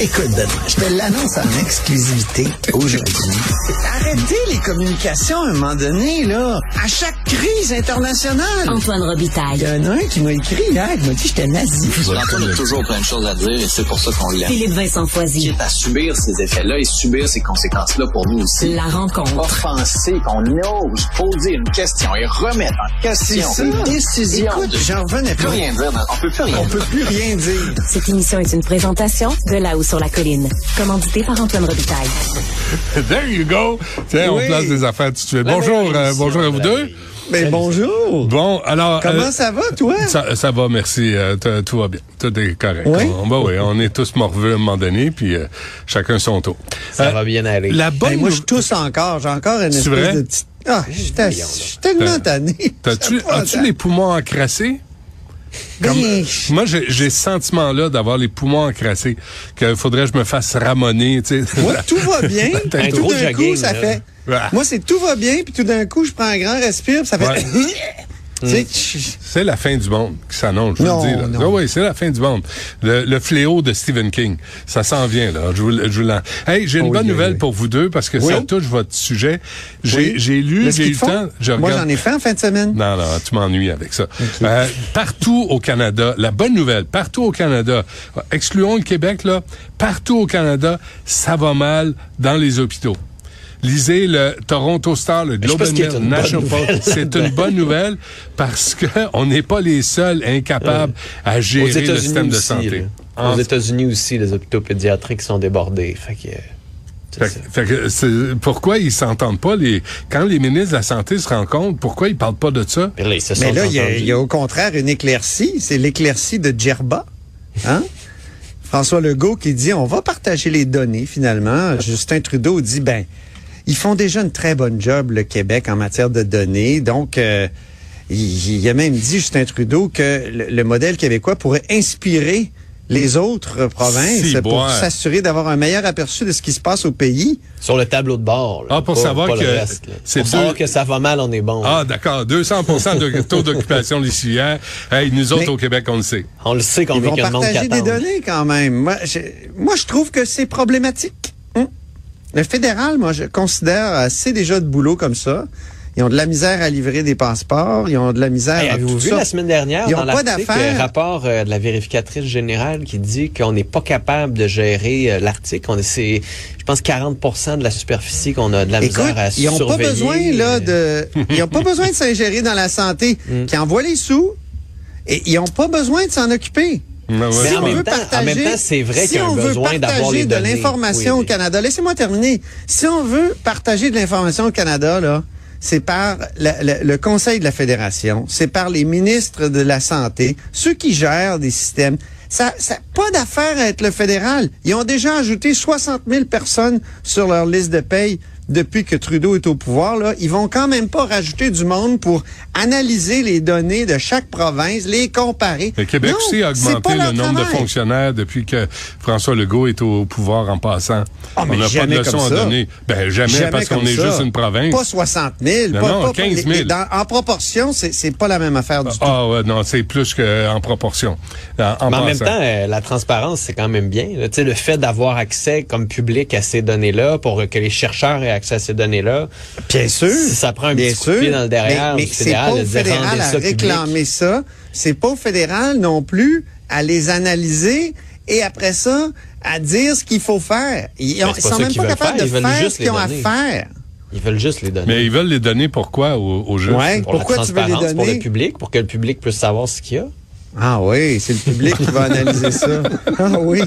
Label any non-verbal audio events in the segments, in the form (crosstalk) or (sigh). Écoute, Benoît, je te l'annonce en exclusivité aujourd'hui. Arrêtez les communications à un moment donné, là. À chaque crise internationale. Antoine Il y Robitaille. en a un qui m'a écrit hier, il m'a dit que j'étais nazi. Antoine a toujours plein de choses à dire et c'est pour ça qu'on l'aime. Philippe Vincent Il Foisy. est à subir ces effets-là et subir ces conséquences-là pour nous aussi. La rencontre. Offenser qu'on ose poser une question et remettre en C'est question ça. une décision. Écoute, de- j'en revenais On peut pas. rien dire. dans- On peut plus rien On dire. peut plus rien dire. Cette émission est une présentation de là-haut sur la colline. Commandité par Antoine Robitaille. (laughs) There you go. Tiens, Oui. on place des affaires tout de suite. Bonjour, euh, bonjour à vous deux. Mais bonjour. Bon, alors. Comment Ben, euh, ça va, toi? ça, ça va, merci. euh, t- tout va bien. Tout est correct. Oui? On, bah oui, on est tous morveux à un moment donné, puis euh, chacun son tour. Ça Euh, va bien aller. La Ben, bonne moi, je nou- tousse encore. J'ai encore une espèce C'est vrai? de petite... Ah, je suis ta- je suis tellement tanné. T'as-tu, Ça a pas as-tu de- les poumons encrassés? Ben, Comme- euh, moi, j'ai, j'ai ce sentiment-là d'avoir les poumons encrassés, qu'il faudrait que je me fasse ramonner, tu sais. Moi, (laughs) tout va bien. Un puis tout gros d'un coup, jogging, ça là. fait. Ah. Moi, c'est tout va bien, puis tout d'un coup, je prends un grand respire, puis ça fait. Ouais. Hmm. Tu sais, je- C'est la fin du monde qui s'annonce, je vous Non, le dis. là. non. Ah oui, c'est la fin du monde. Le, le fléau de Stephen King, ça s'en vient, là. Je vous, le- je vous l'en- Hey, j'ai une Oui, bonne oui, nouvelle oui. pour vous deux parce que ça Oui. touche votre sujet. J'ai, Oui. j'ai lu, Le ski j'ai eu de le fond, temps. Je Moi, regarde- j'en ai fait en fin de semaine. non, non, tu m'ennuies avec ça. Euh, partout au Canada, la bonne nouvelle, partout au Canada, excluons le Québec, là, partout au Canada, ça va mal dans les hôpitaux. Lisez le Toronto Star, le je Globe pense and qu'il y a Mail, une bonne National Post. nouvelle C'est une bonne nouvelle parce que on n'est pas les seuls incapables à Aux gérer le États-Unis système de aussi. santé. là. En- Aux États-Unis aussi, les hôpitaux pédiatriques sont débordés. Fait que, euh, c'est Fait, ça. que- fait que c'est- pourquoi ils s'entendent pas les quand les ministres de la santé se rencontrent pourquoi ils parlent pas de ça Mais là, ils se Mais sont là, il y, a- entendus. il y a au contraire une éclaircie. C'est l'éclaircie de Djerba. Hein? François Legault qui dit on va partager les données finalement. Justin Trudeau dit ben ils font déjà une très bonne job le Québec en matière de données. Donc euh, il, il a même dit Justin Trudeau que le, le modèle québécois pourrait inspirer les autres provinces Si, pour boire. s'assurer d'avoir un meilleur aperçu de ce qui se passe au pays. Sur le tableau de bord. là, Ah, pour pas- savoir pas le que reste, là. c'est Pour savoir deux- que ça va mal, on est bon. Ah, d'accord. 200 (laughs) de taux d'occupation lissière. Hey, nous autres, Mais- au Québec, on le sait. On le sait qu'on Ils vit vont qu'un monde partager des qu'attend. données quand même. Moi, je, moi, je trouve que c'est problématique. Hum. Le fédéral, moi, je considère assez déjà de boulot comme ça. Ils ont de la misère à livrer des passeports, ils ont de la misère Hey, à Avez-vous toutes vu sortes- la semaine dernière Ils dans ont pas l'article d'affaires. euh, rapport euh, de la vérificatrice générale qui dit qu'on n'est pas capable de gérer euh, l'Arctique. On est- c'est, je pense, 40 de la superficie qu'on a de la Écoute, misère à ils n'ont pas surveiller. euh, besoin là de, (laughs) ils ont pas besoin de s'ingérer dans la santé, Hmm. qui envoient les sous et ils n'ont pas besoin de s'en occuper. Ben ouais. Si Mais en on même veut temps- en partager- même temps, c'est vrai si qu'il y a un on veut besoin d'avoir partager les de données. l'information Oui, au oui. Canada. Laissez-moi terminer. Si on veut partager de l'information au Canada, là, c'est par la- la- le Conseil de la Fédération, c'est par les ministres de la Santé, ceux qui gèrent des systèmes. Ça, ça pas d'affaire à être le fédéral. Ils ont déjà ajouté 60 000 personnes sur leur liste de paye depuis que Trudeau est au pouvoir. Là. Ils vont quand même pas rajouter du monde pour analyser les données de chaque province, les comparer. Le Québec Non, aussi a c'est augmenté pas le leur nombre de travail. fonctionnaires depuis que François Legault est au pouvoir en passant. Ah, mais on n'a pas de jamais leçon comme à ça. donner. Ben, jamais, parce comme qu'on est ça. juste une province. Pas 60 000. Non, pas, non, pas- 15 000. mais dans- en proportion, c'est c'est pas la même affaire du tout. Ah, ouais, non, c'est plus qu'en proportion. En, en Mais en même passant. temps, euh, la transparence, c'est quand même bien. là. Tu sais, le fait d'avoir accès comme public à ces données-là, pour euh, que les chercheurs aient accès à ces données-là, Bien sûr. Si ça prend un bien petit coup de sûr. pied dans le derrière Mais, du mais c'est fédéral pas de au dire, fédéral rendez à ça public. réclamer ça. C'est pas au fédéral non plus à les analyser et après ça, à dire ce qu'il faut faire. Ils, ont- Ben, c'est pas ils sont ça même qu'ils pas veulent capables faire, de ils veulent faire juste ce qu'ils les ont à données. faire. ils veulent juste les donner. Mais ils veulent les donner pourquoi aux, aux gens? (laughs) Ouais. pour la Pourquoi tu veux les transparence, Pour donner? le public, pour que le public puisse savoir ce qu'il y a. Ah oui, c'est le public qui (laughs) va analyser ça. Ah oui.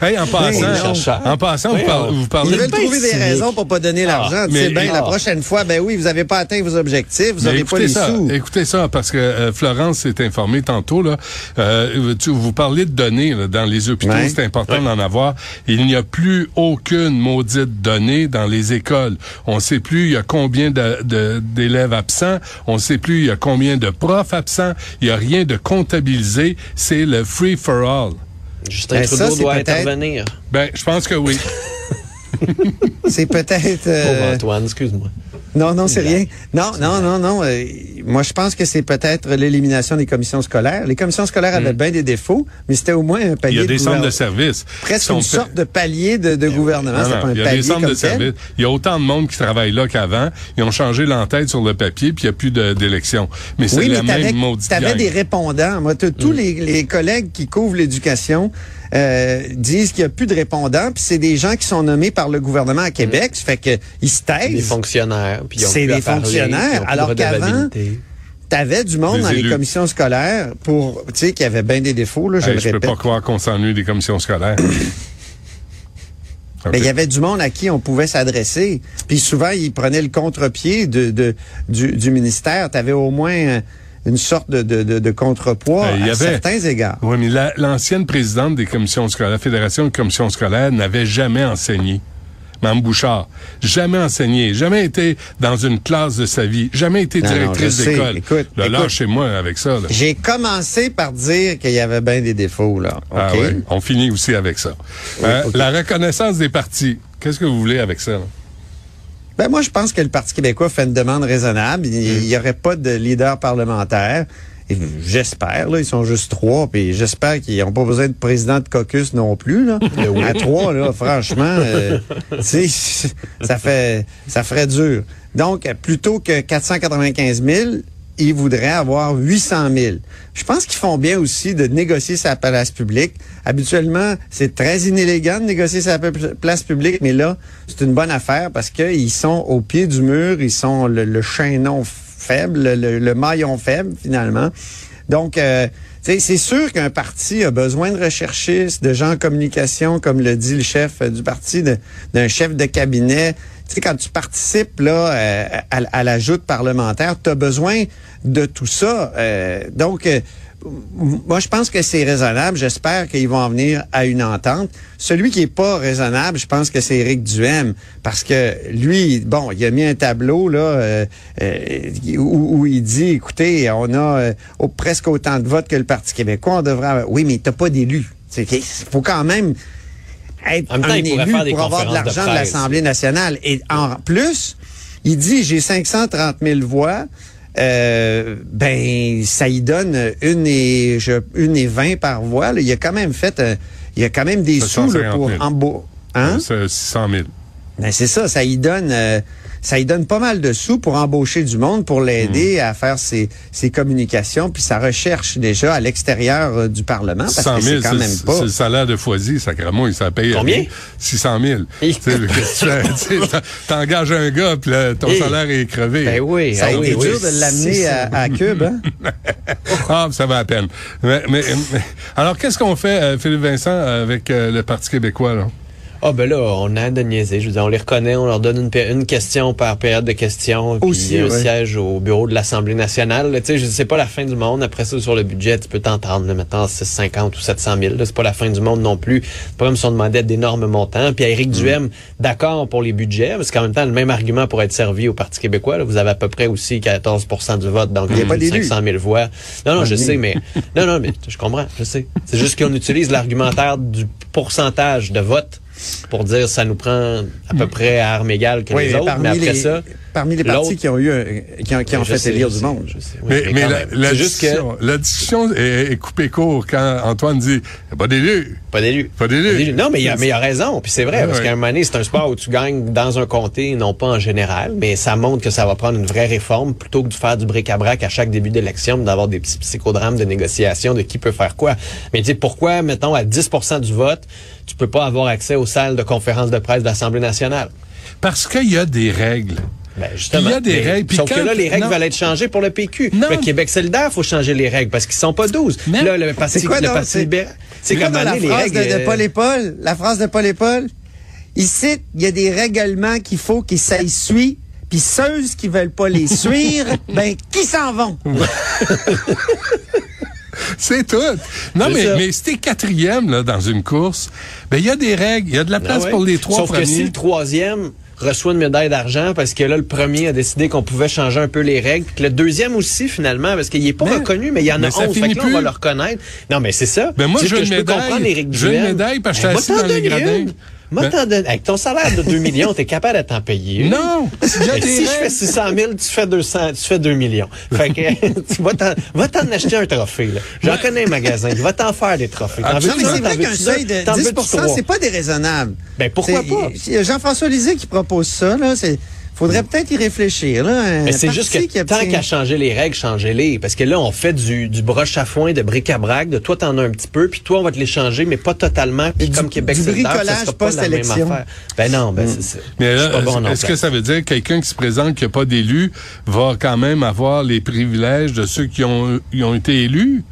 Hey, en non. passant, en passant, vous, Oui, parlez- on- Ah, vous Ils parlez veulent ben trouver des cynique. raisons pour pas donner l'argent. tu mais- sais bien, ah. la prochaine fois, ben oui, vous n'avez pas atteint vos objectifs, vous Mais n'aurez pas les ça, sous. Écoutez ça, parce que euh, Florence s'est informée tantôt. Là, euh, tu- vous parlez de données là, dans les hôpitaux, Ouais. c'est important d'en avoir. Il n'y a plus aucune maudite donnée dans les écoles. On ne sait plus il y a combien de- de- d'élèves absents, on ne sait plus il y a combien de profs absents. Il n'y a rien de comptabilisé. C'est le free for all. Justin Ben, ça, Trudeau c'est doit peut-être- intervenir. Ben, je pense que oui. C'est peut-être... Pauvre euh, Antoine, excuse-moi. Non, non, c'est Une rien. blague. Non, non, non, non. euh, moi, je pense que c'est peut-être l'élimination des commissions scolaires. Les commissions scolaires avaient bien des défauts, mais c'était au moins un Mm. Il palier y a des de centres de gouvernement. service. Presque Si on une fait- sorte de palier de, de gouvernement. Non, C'est Ah non, pas un il y a palier des centres comme de tel. service. Il y a autant de monde qui travaille là qu'avant. Ils ont changé l'entête sur le papier, puis il n'y a plus de- d'élection. Mais c'est Oui, la mais t'avais, même maudite t'avais gang. Mm. des répondants. Moi, t'as- tous les, les collègues qui couvrent l'éducation euh, disent qu'il n'y a plus de répondants, puis c'est des gens qui sont nommés par le gouvernement à Québec. Mm. Ça fait que ils se Des taisent. fonctionnaires. puis ils ont C'est plus à des parler, fonctionnaires, ils ont plus de alors qu'avant, redevabilité. T'avais du monde Des dans les élus. commissions scolaires pour, tu sais, qui avait bien des défauts. Là, je Hey, le je peux répète. pas croire qu'on s'ennuie des commissions scolaires. Mais Ben, il y avait du monde à qui on pouvait s'adresser. Puis souvent, ils prenaient le contre-pied de, de- du, du ministère. Tu avais au moins euh, une sorte de, de, de, de contrepoids Euh, il y à avait- certains égards. Oui, mais la- l'ancienne présidente des commissions scolaires, la Fédération des commissions scolaires, n'avait jamais enseigné. Mme Bouchard, jamais enseigné, jamais été dans une classe de sa vie, jamais été Non, non, directrice je sais. d'école. Écoute, Là, écoute. lâchez-moi avec ça. là. J'ai commencé par dire qu'il y avait bien des défauts, là. OK? Ah ouais, on finit aussi avec ça. Euh, ok. La reconnaissance des partis, qu'est-ce que vous voulez avec ça? là? Ben moi, je pense que le Parti québécois fait une demande raisonnable. Il n'y aurait pas de leader parlementaire. Et J'espère, là, ils sont juste trois, puis j'espère qu'ils n'ont pas besoin de président de caucus non plus, là. À trois, là, franchement, euh, tu sais, ça fait, ça ferait dur. Donc, euh, plutôt que 495 000, ils voudraient avoir 800 000. Je pense qu'ils font bien aussi de négocier sa place publique. Habituellement, c'est très inélégant de négocier sa pa- place publique, mais là, c'est une bonne affaire parce qu'ils sont au pied du mur, ils sont le, le chaînon faible, le- le, le maillon faible finalement. Donc, euh, tu sais, c'est sûr qu'un parti a besoin de recherchistes, de gens en communication, comme le dit le chef euh, du parti, de- d'un chef de cabinet. Tu sais, quand tu participes là euh, à, à la joute parlementaire, tu as besoin de tout ça. Euh, donc, euh, m- moi, je pense que c'est raisonnable. J'espère qu'ils vont en venir à une entente. Celui qui est pas raisonnable, je pense que c'est Éric Duhem, parce que lui, bon, il a mis un tableau là euh, euh, où, où il dit, écoutez, on a euh, au- presque autant de votes que le Parti québécois, on devrait. avoir- Oui, mais t'as pas d'élus. Il faut quand même être En même temps, un il pourrait élu faire des pour avoir de conférences de l'argent de presse. l'Assemblée nationale. Et en plus, il dit j'ai 530 000 voix. Euh, ben, ça y donne une et je, une et vingt par voix. là. Il a quand même fait, un- il y a quand même des sous là, 750 pour 000. embo. Hein? Euh, C'est 600 000. Ben, c'est ça, ça y donne euh, ça y donne pas mal de sous pour embaucher du monde, pour l'aider Hmm. à faire ses, ses communications puis sa recherche déjà à l'extérieur euh, du Parlement parce 100 que 000, c'est quand même c'est pas. c'est le salaire de Foisy, sacrément, il s'en paye. Combien? 600 000. Hi. Tu sais, qu'est-ce que tu fais? Tu sais, t'en- T'engages un gars, puis là, ton Hi. salaire est crevé. Ben oui, Ça a ah oui, été oui. dur de l'amener à, à (laughs) Cube, hein? Ah, ça va à peine. Mais, mais- mais- alors, qu'est-ce qu'on fait, euh, Philippe Vincent, avec euh, le Parti québécois? Là? Ah ben là, on a de niaiser. Je veux dire, on les reconnaît, on leur donne une, pa- une question par période de questions, puis Aussi, il y a un ouais. siège au bureau de l'Assemblée nationale. là. Tu sais, je dis, c'est pas la fin du monde. Après ça, sur le budget, tu peux t'entendre. là, Maintenant, c'est 50 ou 700 000. là. C'est pas la fin du monde non plus. C'est pas comme si on demandait d'énormes montants. Puis à Mm. Éric Duhem, d'accord pour les budgets, parce qu'en même temps, le même argument pourrait être servi au Parti québécois. là. Vous avez à peu près aussi 14 du vote, donc euh, Il y a pas d'élus. 500 000 voix. Non, non, je sais, mais non, non, mais je comprends, je sais. C'est juste qu'on utilise l'argumentaire du pourcentage de vote pour dire ça nous prend à peu près à armes égales que Oui, les mais autres, mais parmi, après les, ça. parmi les partis l'autre- qui ont eu un- qui ont, qui ont Je fait sais, élire je du sais, monde. je sais, oui, Mais, mais quand la, même. la c'est juste que discussion, la discussion est, est coupée court quand Antoine dit « Pas d'élu! pas d'élu. Pas d'élu. Non, mais il a, mais il a raison. Puis c'est vrai, Ouais, parce ouais. qu'à un moment donné, c'est un sport où tu gagnes dans un comté, non pas en général, mais ça montre que ça va prendre une vraie réforme plutôt que de faire du bric-à-brac à chaque début d'élection, puis d'avoir des petits psychodrames de négociation de qui peut faire quoi. Mais tu sais, pourquoi, mettons, à 10 du vote, tu peux pas avoir accès aux salles de conférences de presse de l'Assemblée nationale? » Parce qu'il y a des règles. Ben justement. Il y a des Mais- règles, puis Sauf que quand- là, les règles non. veulent être changées pour le PQ. Non. Le Québec solidaire, faut changer les règles parce qu'ils sont pas 12. Mais- là, le parti, C'est quoi le donc? parti C'est- libéral. C'est C'est quoi comme dans la année, les phrase règles. de, de euh, Paul et Paul? La phrase de Paul et Paul? Ici, il y a des règlements qu'il faut qu'ils s'aillent suivre, puis ceux qui veulent (laughs) pas les suivre, ben, qui s'en vont? C'est tout. Non, C'est mais, ça. mais si t'es quatrième là, dans une course, ben il y a des règles, il y a de la ah place ouais. pour les trois Sauf premiers. que si le troisième reçoit une médaille d'argent parce que là, le premier a décidé qu'on pouvait changer un peu les règles. puis que le deuxième aussi, finalement, parce qu'il est pas Mais- reconnu, mais il y en a mais ça 11. Fait finit que là, on va plus. le reconnaître. Non, mais c'est ça. Ben moi, C'est je que veux une je peux médaille. comprendre Éric Je veux une Duhaime. médaille parce que Ben, j'étais moi, assis t'en dans les donnes gradins. une. Moi, Ben- t'en donne- avec ton salaire de 2 millions, t'es capable de t'en payer. une. Non! Il y a (laughs) Et des si je règles. fais 600 000, tu fais 200, tu fais 2 millions. Fait que, (laughs) tu vas t'en, va t'en acheter un trophée, là. J'en connais un magasin. Il va t'en faire des trophées. T'en Non, mais veux-tu un, c'est t'en vrai qu'un veux-tu seuil deux, de t'en veux-tu 10 trois? c'est pas déraisonnable. Ben, pourquoi C'est- pas? il y a Jean-François Lisée qui propose ça, là, c'est faudrait peut-être y réfléchir. Là, un Mais c'est juste parti qui que tant obtient- qu'à changer les règles, changez-les. Parce que là, on fait du, du broche à foin, de bric-à-brac, de toi, t'en as un petit peu, puis toi, on va te les changer, mais pas totalement. Puis Et du- comme Québec du solidaire, ça bricolage sera pas la même post-élection. affaire. Ben non, ben c'est- c'est Mais c'est là, pas bon non est-ce plus. que ça veut dire que quelqu'un qui se présente qui n'a pas d'élu va quand même avoir les privilèges de ceux qui ont, qui ont été élus?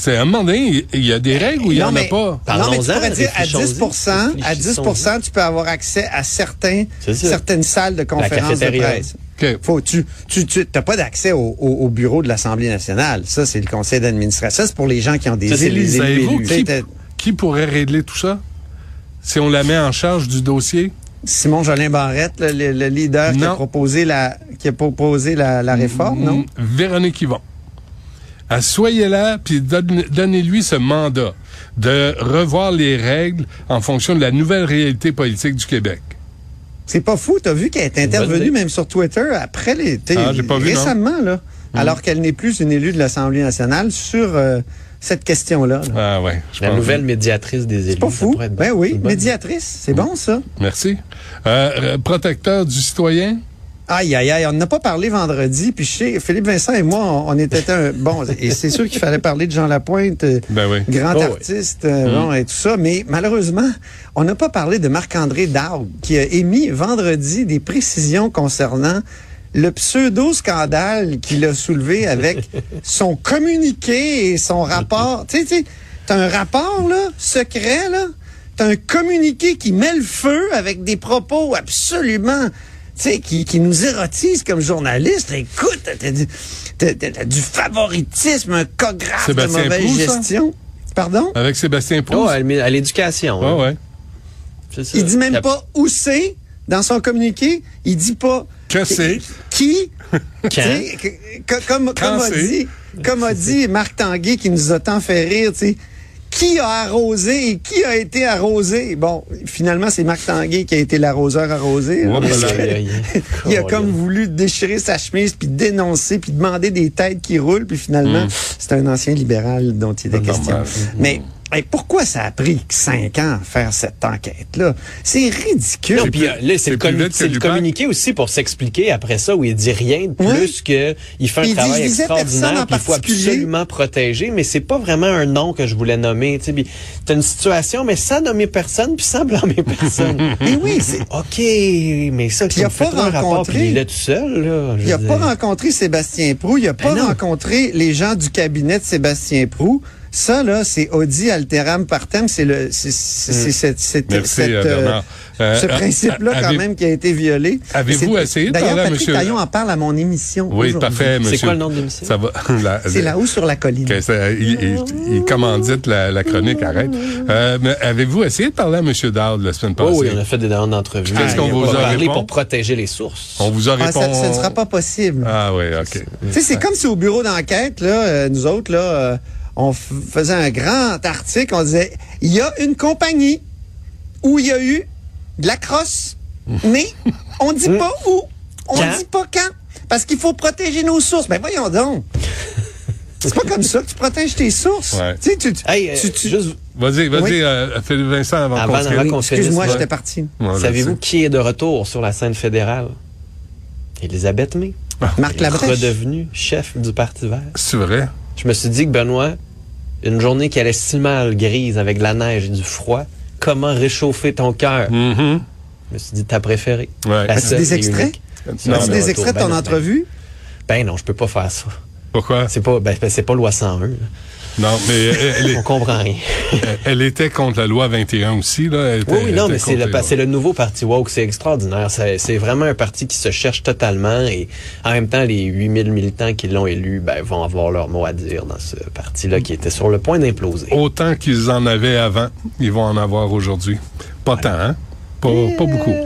C'est à un moment donné, il y a des règles ou il n'y Non, en a mais- pas. Non, mais tu Parlons-en, pourrais dire à 10 réfléchissons-y. à 10 tu peux avoir accès à certains, C'est ça. certaines salles de conférences de cafétéria. presse. OK. Faut, tu tu, tu t'as pas d'accès au, au, au bureau de l'Assemblée nationale. Ça, c'est le conseil d'administration. Ça, c'est pour les gens qui ont des Ça, c'est élus. les Savez-vous T'sais, qui, t'as- qui pourrait régler tout ça? Si on la met en charge du dossier? euh, Simon Jolin Barrette, le, le- le leader qui a Non. proposé la qui a proposé la, la réforme, non? Mm, Véronique Yvon. Ah, Soyez là, puis donne- donnez-lui ce mandat de revoir les règles en fonction de la nouvelle réalité politique du Québec. C'est pas fou, t'as vu qu'elle est une bonne intervenue idée. même sur Twitter après les t'sais, Ah, j'ai pas vu, non. Mm. récemment là, alors qu'elle n'est plus une élue de l'Assemblée nationale sur euh, cette question-là. là. Ah ouais. je La pense- nouvelle médiatrice des élus. Pas ça fou. pourrait être Ben bon. oui, C'est une bonne idée. médiatrice, c'est bon ça. Merci. Euh, r- protecteur du citoyen? Aïe, aïe, aïe, on n'a pas parlé vendredi, puis je sais, Philippe Vincent et moi, on, on était un... Bon, et c'est sûr qu'il fallait parler de Jean Lapointe, euh, Ben oui. grand Oh oui. artiste, euh, bon, et tout ça, mais malheureusement, on n'a pas parlé de Marc-André Dargue, qui a émis vendredi des précisions concernant le pseudo-scandale qu'il a (laughs) soulevé avec son communiqué et son rapport. Mm-hmm. Tu sais, tu sais, t'as un rapport, là, secret, là, t'as un communiqué qui met le feu avec des propos absolument tu sais, qui, qui nous érotise comme journalistes. Écoute, t'as du, t'as- t'as- t'as du favoritisme, un cographe de Sébastien Ah, mauvaise Proust, ça? Euh, gestion. Pardon? Avec Sébastien Oh, Proust? à l'é- à l'éducation. Ah hein. ouais. C'est ça. Il dit même La- pas où c'est dans son communiqué. Il dit pas Que c'est. qui. Quand? Tu sais, que- que- comme, comme a c'est. dit, comme a dit Marc Tanguay qui nous a tant fait rire, tu sais, Qui a arrosé et qui a été arrosé? Bon, finalement, c'est Marc Tanguay qui a été l'arroseur arrosé. là. Oh, Aïe, voilà. aïe, aïe. (laughs) Il a Colin. comme voulu déchirer sa chemise, puis dénoncer, puis demander des têtes qui roulent, puis finalement, c'est un ancien libéral dont il était Pas question. normal. Mais hey, pourquoi ça a pris cinq ans à faire cette enquête-là? C'est ridicule. Non, puis euh, là, c'est c'est le, plus commu- vite que c'est le Dupac. communiqué aussi pour s'expliquer après ça où il dit rien de Oui. plus que il fait un Il dit, travail je visais personne en extraordinaire qu'il faut particulier. absolument protéger, mais c'est pas vraiment un nom que je voulais nommer. Tu sais, puis t'as une situation, mais sans nommer personne puis sans (laughs) blâmer personne. Mais oui, c'est- OK, mais ça, il a ça me fait pas un rapport, rencontré- puis il est là tout seul, là. je Il n'a veux pas dire. rencontré Sébastien Prou, il Ben n'a pas non. rencontré les gens du cabinet de Sébastien Prou. Ça, là, c'est Audi Alteram Partem, c'est le, c'est, c'est- c'est cette- cette- Hmm. Merci, cette, euh, Bernard. Euh, ce euh, principe-là, quand avez- même, qui a été violé. avez-vous C'est- essayé de D'ailleurs, parler à Patrick monsieur- Taillon en parle à mon émission. Oui, aujourd'hui. parfait, monsieur. C'est quoi le nom de l'émission? Ça va. (laughs) La- C'est là-haut sur la colline. Que ça- il, il- il commandite la, la chronique, arrête. Euh, mais Avez-vous essayé de parler à M. Dowd la semaine passée? Oh, oui, on a fait des demandes d'entrevue. Qu'est-ce qu'on Il a vous pas a parlé répondu? pour protéger les sources? On vous a Ah, répondu. ça, ça ne sera pas possible. Ah oui, OK. Tu sais, c'est comme si au bureau d'enquête, là, euh, nous autres, là, euh, on f- faisait un grand article, on disait il y a une compagnie où il y a eu de la crosse, Mm. mais on dit pas où, on Quand? dit pas quand, parce qu'il faut protéger nos sources. Ben voyons donc. C'est pas comme ça que tu protèges tes sources. Ouais. Tu sais, tu, tu- Hey, euh, tu- tu- juste, Vas-y, vas-y, Oui. euh, Philippe Vincent, avant, Avant, qu'on se avant quitte. qu'on se finisse, Excuse-moi, ouais. j'étais parti. Ouais, je Savez-vous sais. qui est de retour sur la scène fédérale? Elisabeth May. Marc Labrèche. Redevenu chef du Parti vert. Ah, C'est vrai. Je me suis dit que Benoît, une journée qui allait si mal grise avec de la neige et du froid, comment réchauffer ton cœur? Mhm. Je me suis dit, ta préférée. Ouais. La As-tu seule des et extraits? unique. Non, As-tu mais des retour, extraits de ton ben non, ben. entrevue? Ben non, je peux pas faire ça. Pourquoi? C'est pas, ben, ben, c'est pas loi 101. là. Non, mais elle, (laughs) On comprend (laughs) rien. elle- elle était contre la loi 21 aussi. Là. Elle était- Oui, oui, non, elle mais était c'est le, contre pa- les c'est le nouveau parti woke. C'est extraordinaire. C'est c'est vraiment un parti qui se cherche totalement et en même temps, les 8000 militants qui l'ont élu ben, vont avoir leur mot à dire dans ce parti-là qui était sur le point d'imploser. lois. Autant qu'ils en avaient avant, ils vont en avoir aujourd'hui. Pas tant, hein? Pas, pas beaucoup. euh,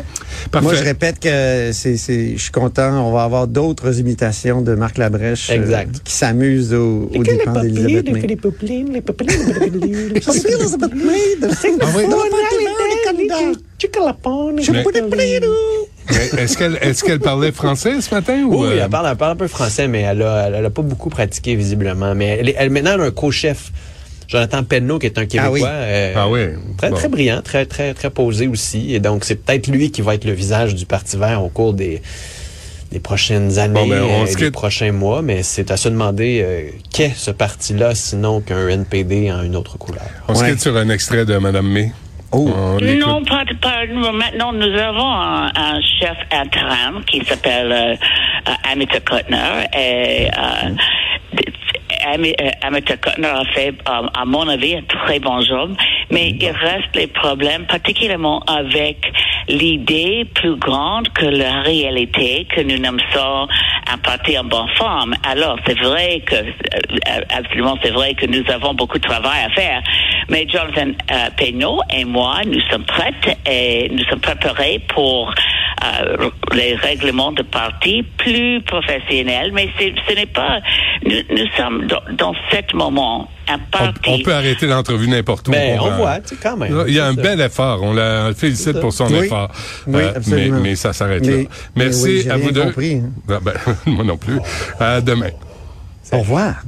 Parfait. Moi, je répète que c'est, c'est, je suis content. On va avoir d'autres imitations de Marc Labrèche euh, Exact. qui s'amuse au, aux dépens d'Elisabeth May. May. Elisabeth May, de- Ah oui? Dans le Parlement, les candidats. Chocolapone. Mais- Chocolapone. Mais Euh, Est-ce qu'elle est-ce qu'elle parlait français ce matin ou Oui, euh, elle parle, elle parle un peu français, mais elle a, elle, a pas beaucoup pratiqué visiblement. Mais elle, est- elle maintenant elle a un co-chef, Jonathan Penneau, qui est un Québécois. Ah oui. euh, Ah oui. Très, Bon. très brillant, très, très, très posé aussi. Et donc, c'est peut-être lui qui va être le visage du Parti vert au cours des, des prochaines années, Bon, ben, on euh, se des quitte. prochains mois. Mais c'est à se demander euh, qu'est ce parti-là, sinon qu'un NPD en une autre couleur. On se Ouais. quitte sur un extrait de Madame May. Oh. On l'écoute. Non, pas, pas nous. Maintenant, nous avons un, un chef interim qui s'appelle euh, euh, Amita Kotner. Et, euh, d- Ami- euh, Amita Kotner a fait, euh, à mon avis, un très bon job, mais il reste les problèmes, particulièrement avec l'idée plus grande que la réalité, que nous sommes ça un parti en bonne forme. Alors, c'est vrai que, euh, absolument, c'est vrai que nous avons beaucoup de travail à faire, mais Jonathan euh, Penneau et moi, nous sommes prêtes et nous sommes préparés pour euh, les règlements de parti plus professionnels, mais c'est- ce n'est pas... Nous, nous sommes dans, dans ce moment un On, parti... on peut arrêter l'entrevue n'importe où. Mais Ben, on va- voit, tu sais, quand même. Il y a un C'est ça. bel effort. On la félicite pour son Oui. effort. Euh, Oui, mais, absolument. mais ça s'arrête Mais- là. mais Merci oui, j'ai à vous (laughs) rien deux. compris, hein. Ah ben, moi non plus. À demain. Oh, Au revoir.